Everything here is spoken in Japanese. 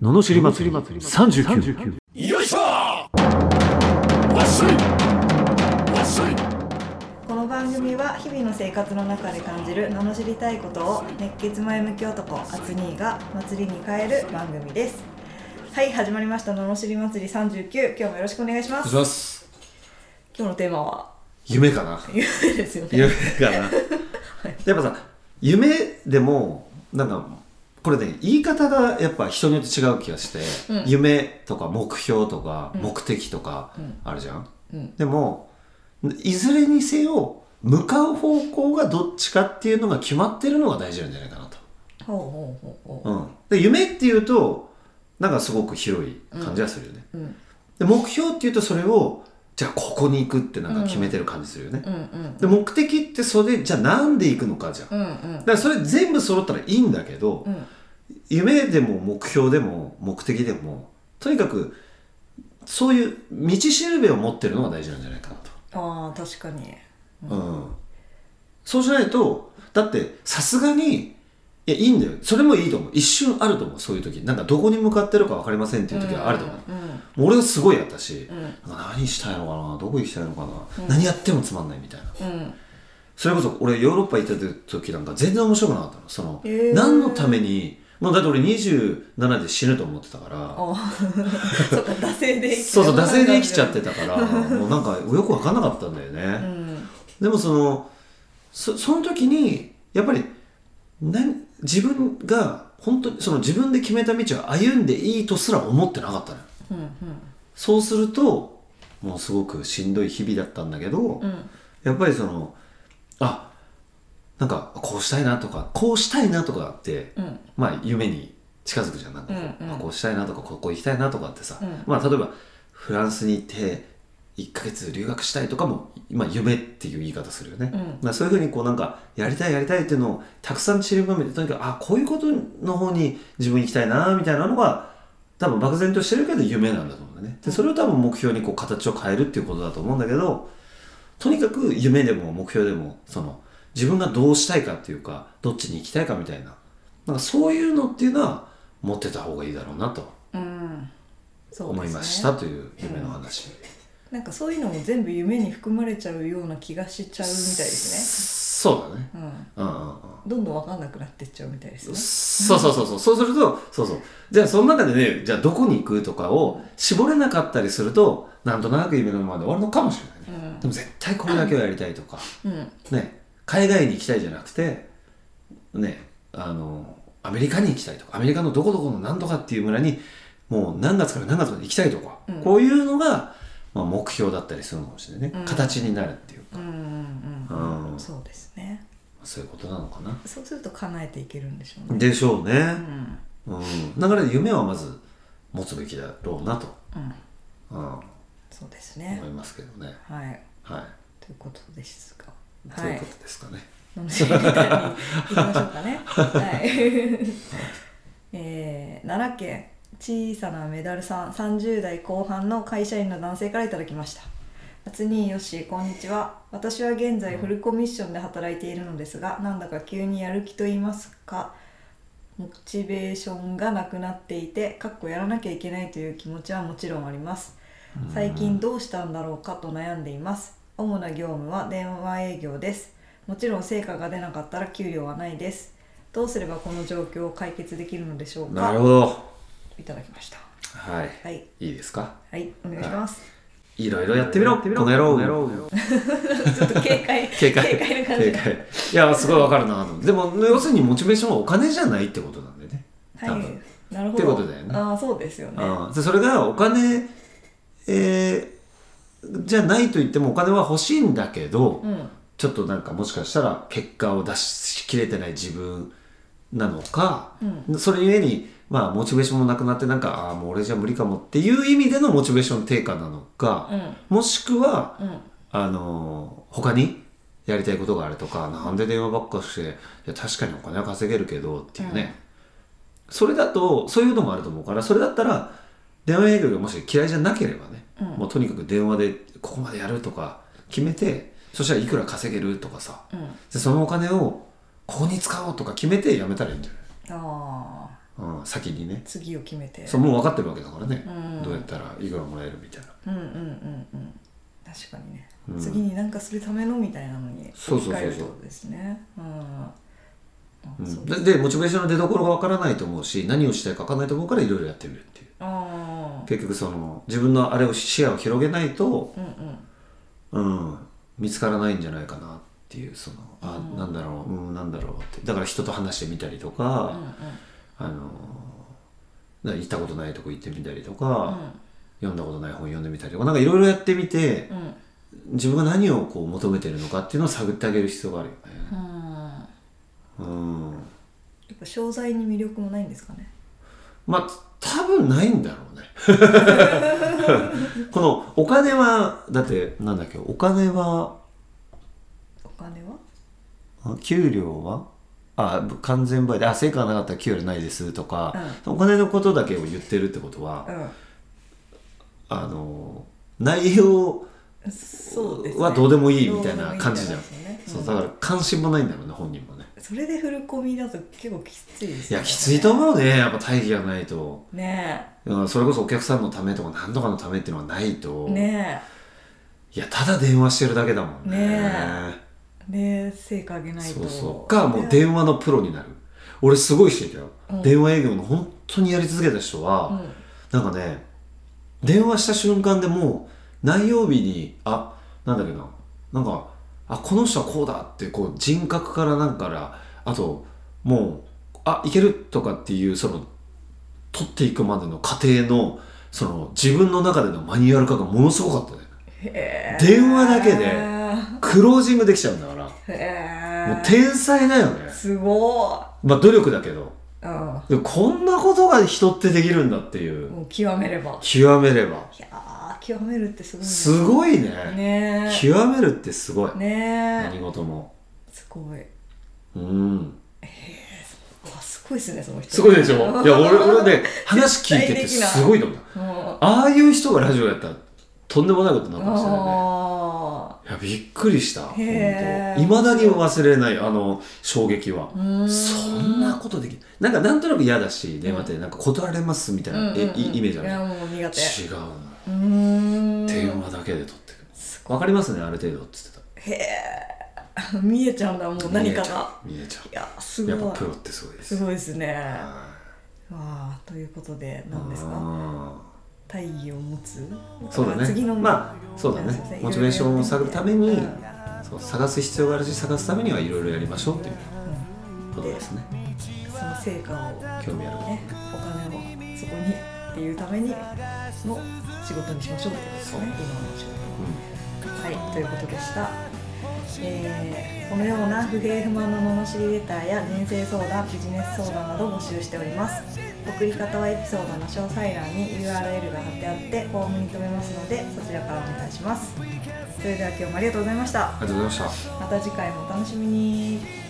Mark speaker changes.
Speaker 1: ののしり祭り39
Speaker 2: よいしょわっしょいわっしょい
Speaker 3: この番組は日々の生活の中で感じる罵りたいことを熱血前向き男アツニーが祭りに変える番組ですはい始まりました罵り祭り39今日もよろしくお願いします
Speaker 2: します
Speaker 3: 今日のテーマは
Speaker 2: 夢かな
Speaker 3: 夢ですよね
Speaker 2: 夢 かなやっぱさ夢でもなんかこれね言い方がやっぱ人によって違う気がして、
Speaker 3: うん
Speaker 2: 夢とか目標とか
Speaker 3: うん
Speaker 2: 目的とか
Speaker 3: うん
Speaker 2: あるじゃん、
Speaker 3: うん
Speaker 2: でもいずれにせよ向かう方向がどっちかっていうのが決まってるのが大事なんじゃないかなと
Speaker 3: ほうほうほうほ
Speaker 2: うん、で夢っていうとなんかすごく広い感じがするよね、
Speaker 3: ううん
Speaker 2: で目標っていうとそれをじゃあここに行くってなんか決めてる感じするよね、
Speaker 3: うんうん
Speaker 2: で目的ってそれでじゃあなんで行くのかじゃん、
Speaker 3: うん
Speaker 2: だからそれ全部揃ったらいいんだけど、
Speaker 3: うんうん
Speaker 2: 夢でも目標でも目的でもとにかくそういう道しるべを持ってるのが大事なんじゃないかなと、
Speaker 3: ああ確かに
Speaker 2: うんそうしないとだってさすがにいやいいんだよそれもいいと思う一瞬あると思うそういう時なんかどこに向かってるか分かりませんっていう時はあると思う、
Speaker 3: うん
Speaker 2: もう俺がすごいやったし、
Speaker 3: うん
Speaker 2: なんか何したいのかなどこ行きたいのかな、
Speaker 3: うん
Speaker 2: 何やってもつまんないみたいな
Speaker 3: うんうん
Speaker 2: それこそ俺ヨーロッパ行った時なんか全然面白くなかったのその、
Speaker 3: へー
Speaker 2: 何のためにもうだって俺27で死ぬと思ってたから
Speaker 3: あー そうか惰性で生きて
Speaker 2: そうそう惰性で生きちゃってたからもうなんかよく分かんなかったんだよ
Speaker 3: う
Speaker 2: ね、
Speaker 3: ん
Speaker 2: でもそのそその時にやっぱり何自分が本当にその自分で決めた道を歩んでいいとすら思ってなかったのよ
Speaker 3: うん
Speaker 2: そうするともうすごくしんどい日々だったんだけど、
Speaker 3: うんうん
Speaker 2: やっぱりそのあなんかこうしたいなとかこうしたいなとかって
Speaker 3: うん
Speaker 2: まあ夢に近づくじゃんなんかこう,、
Speaker 3: うんうん
Speaker 2: あこうしたいなとかここ行きたいなとかってさ、
Speaker 3: うん
Speaker 2: まあ例えばフランスに行って1ヶ月留学したいとかも、まあ、夢っていう言い方するよね、
Speaker 3: うん
Speaker 2: まあそういうふうにこうなんかやりたいやりたいっていうのをたくさん散りばめてとにかくあこういうことの方に自分行きたいなみたいなのが多分漠然としてるけど夢なんだと思うんだよねでそれを多分目標にこう形を変えるっていうことだと思うんだけどとにかく夢でも目標でもその自分がどうしたいかっていうかどっちに行きたいかみたいななんかそういうのっていうのは持ってた方がいいだろうなと
Speaker 3: うんそうですね
Speaker 2: 思いましたという夢の話、
Speaker 3: なんかそういうのも全部夢に含まれちゃうような気がしちゃうみたいです
Speaker 2: そうだね
Speaker 3: ね。うん。
Speaker 2: うんうんうん
Speaker 3: どんどんわかんなくなってっちゃうみたいですね。
Speaker 2: そうそうそうそうそうするとそうそうじゃあその中でねじゃあどこに行くとかを絞れなかったりするとなんとなく夢のままで終わるのかもしれないね、でも絶対これだけはやりたいとか、
Speaker 3: うん。うん。
Speaker 2: ね海外に行きたいじゃなくてねあのアメリカに行きたいとかアメリカのどこどこの何とかっていう村にもう何月から何月まで行きたいとか、
Speaker 3: うん
Speaker 2: こういうのが、まあ、目標だったりするのかもしれないね、
Speaker 3: うん
Speaker 2: 形になるっていうか、
Speaker 3: うんうんうん。
Speaker 2: うん
Speaker 3: そうですね。
Speaker 2: そういうことなのかな
Speaker 3: そうすると叶えていけるんでしょうね。
Speaker 2: でしょうね、
Speaker 3: うん。
Speaker 2: うん、だから夢はまず持つべきだろうなと、
Speaker 3: うん。
Speaker 2: うん、思
Speaker 3: そうですね
Speaker 2: い。ますけどね。
Speaker 3: はい。
Speaker 2: はい、
Speaker 3: ということですが。
Speaker 2: と
Speaker 3: はいいう
Speaker 2: こ。とですかね。
Speaker 3: 飲み会に行きましょうか ね。はい。えー、奈良県小さなメダルさん30代後半の会社員の男性からいただきました。松兄よしこんにちは私は現在フルコミッションで働いているのですがなんだか急にやる気と言いますかモチベーションがなくなっていてかっこやらなきゃいけないという気持ちはもちろんあります最近どうしたんだろうかと悩んでいます主な業務は電話営業ですもちろん成果が出なかったら給料はないですどうすればこの状況を解決できるのでしょう
Speaker 2: なる
Speaker 3: か
Speaker 2: ほど。
Speaker 3: いただきました
Speaker 2: はい。
Speaker 3: はい
Speaker 2: いいですか。
Speaker 3: はいお願いします
Speaker 2: いろいろやってみろ。この野郎。
Speaker 3: ちょっと警戒
Speaker 2: 警戒。
Speaker 3: 警戒な感じが
Speaker 2: 戒いや、すごいわかるなと。でも、要するにモチベーションはお金じゃないってことなんだよね。
Speaker 3: は
Speaker 2: 多
Speaker 3: い
Speaker 2: 分。、
Speaker 3: なるほど。
Speaker 2: ってことだよね
Speaker 3: ああ、そうですよね。
Speaker 2: うんでそれがお金、えーじゃないと言ってもお金は欲しいんだけど、
Speaker 3: うん、
Speaker 2: ちょっとなんかもしかしたら結果を出しきれてない自分なのか、それゆえにまあモチベーションもなくなってなんかああもう俺じゃ無理かもっていう意味でのモチベーション低下なのか、
Speaker 3: うん、
Speaker 2: もしくは
Speaker 3: うん、
Speaker 2: あのー他にやりたいことがあるとかなんで電話ばっかしていや確かにお金は稼げるけどっていうね、それだとそういうのもあると思うからそれだったら電話営業がもし嫌いじゃなければね、
Speaker 3: うん
Speaker 2: もうとにかく電話でここまでやるとか決めてそしたらいくら稼げるとかさ
Speaker 3: うん。
Speaker 2: でそのお金をここに使おうとか決めてやめたらいいんじゃない
Speaker 3: ああ、
Speaker 2: うん、先にね
Speaker 3: 次を決めて
Speaker 2: そうもう分かってるわけだからね、
Speaker 3: うん
Speaker 2: どうやったらいくらもらえるみたいな
Speaker 3: うんうんうんうん確かにね、
Speaker 2: うん
Speaker 3: 次に何かするためのみたいなのに
Speaker 2: そうそうそうそう
Speaker 3: 置き換えるってことですねうんあ
Speaker 2: うん
Speaker 3: そうです
Speaker 2: ででモチベーションの出どころがわからないと思うし何をしたいかわからないと思うからいろいろやってみるっていう
Speaker 3: あ
Speaker 2: 結局その自分のあれを視野を広げないと、
Speaker 3: ーうんう
Speaker 2: う
Speaker 3: ん
Speaker 2: ん、見つからないんじゃないかなっていうそのあ、なんだろう、うん、なんだろうってだから人と話してみたりと
Speaker 3: うん
Speaker 2: か、
Speaker 3: うん
Speaker 2: あのな行ったことないとこ行ってみたりとか、読んだことない本読んでみたりとかなんかいろいろやってみて
Speaker 3: うんうん
Speaker 2: 自分が何をこう求めてるのかっていうのを探ってあげる必要があるよね。
Speaker 3: うん
Speaker 2: うん
Speaker 3: やっぱ商材に魅力もないんですかね
Speaker 2: まあ多分ないんだろ うねこのお金はだってなんだっけお金は
Speaker 3: お金は
Speaker 2: あ給料はあぶ完全倍であ成果がなかったら給料ないですとか、お金のことだけを言ってるってことは、あの内容
Speaker 3: うんそうです、ね、
Speaker 2: はどうでもいいみたいな
Speaker 3: どうでもいい
Speaker 2: 感じじゃん
Speaker 3: ですよね
Speaker 2: そう
Speaker 3: うん
Speaker 2: だから関心もないんだろうね本人もね
Speaker 3: それでフルコミだと結構きついです
Speaker 2: い
Speaker 3: よ
Speaker 2: や
Speaker 3: ね
Speaker 2: きついと思うねやっぱ大義がないと、
Speaker 3: ね
Speaker 2: うん、それこそお客さんのためとか何とかのためっていうのはないと、
Speaker 3: えね
Speaker 2: いやただ電話してるだけだもんね
Speaker 3: ねええで成果上げないと
Speaker 2: そうそうかもう電話のプロになる俺すごい人いたよ、
Speaker 3: うん
Speaker 2: 電話営業の本当にやり続けた人は、
Speaker 3: うん
Speaker 2: なんかね電話した瞬間でもう何曜日にあなんだっけななんかあこの人はこうだってこう人格からなんかからあともうあいけるとかっていうその取っていくまでの過程のその自分の中でのマニュアル化がものすごかったね
Speaker 3: へえ
Speaker 2: 電話だけでクロージングできちゃうんだから
Speaker 3: へえ
Speaker 2: もう天才だよね
Speaker 3: すご
Speaker 2: まあ努力だけど
Speaker 3: い、うん、
Speaker 2: でもこんなことが人ってできるんだっていう
Speaker 3: もう極めれば
Speaker 2: 極めれば
Speaker 3: いやー極めるってすごい
Speaker 2: すごいね
Speaker 3: ねね
Speaker 2: 極めるってすごい
Speaker 3: えね
Speaker 2: 何事も
Speaker 3: えすごい
Speaker 2: うん
Speaker 3: あすごいですねその人
Speaker 2: すごいでしょいや俺俺ね
Speaker 3: 絶
Speaker 2: 話聞い
Speaker 3: 対
Speaker 2: て
Speaker 3: できない
Speaker 2: てすごいと思う
Speaker 3: もう
Speaker 2: ああいう人がラジオやったらとんでもないことになってましたよね
Speaker 3: あ
Speaker 2: いやびっくりした本
Speaker 3: へー
Speaker 2: 当いまだに忘れないあの衝撃は
Speaker 3: あうーん
Speaker 2: そんなことできないなんかなんとなく嫌だし電話ってなんか断られますみたい
Speaker 3: うん
Speaker 2: な、
Speaker 3: うん
Speaker 2: え
Speaker 3: うん
Speaker 2: いイメージある
Speaker 3: い
Speaker 2: じゃん
Speaker 3: やもう苦手
Speaker 2: 違うのよ
Speaker 3: うーん
Speaker 2: 電話だけで撮って
Speaker 3: す
Speaker 2: くわかりますねある程度って言ってた
Speaker 3: へえ見えちゃうんだもう何かが
Speaker 2: 見えちゃ
Speaker 3: いやす
Speaker 2: うやっ
Speaker 3: ごい
Speaker 2: ぱプロってすごいです
Speaker 3: すごいですねわ
Speaker 2: は
Speaker 3: あということで
Speaker 2: い
Speaker 3: 何ですか
Speaker 2: あ
Speaker 3: 大義を持つ
Speaker 2: ーそうだ
Speaker 3: まあ
Speaker 2: ね
Speaker 3: 次の
Speaker 2: まあそうだ
Speaker 3: そうですね
Speaker 2: ねモチベーションを探るために、
Speaker 3: うん
Speaker 2: そう探す必要があるし探すためにはいろいろやりましょうっていうことですね
Speaker 3: その成果をね
Speaker 2: 興味あることね
Speaker 3: お金をそこにっていうためにの仕事にしましょうってことですね今の仕事はい、ということでした。えーこのような不平不満の罵りレターや人生相談、ビジネス相談など募集しております。送り方はエピソードの詳細欄に URL が貼ってあって、フォームに留めますので、そちらからお願いします。それでは今日もありがとうございました。
Speaker 2: ありがとうございました
Speaker 3: また次回もお楽しみに。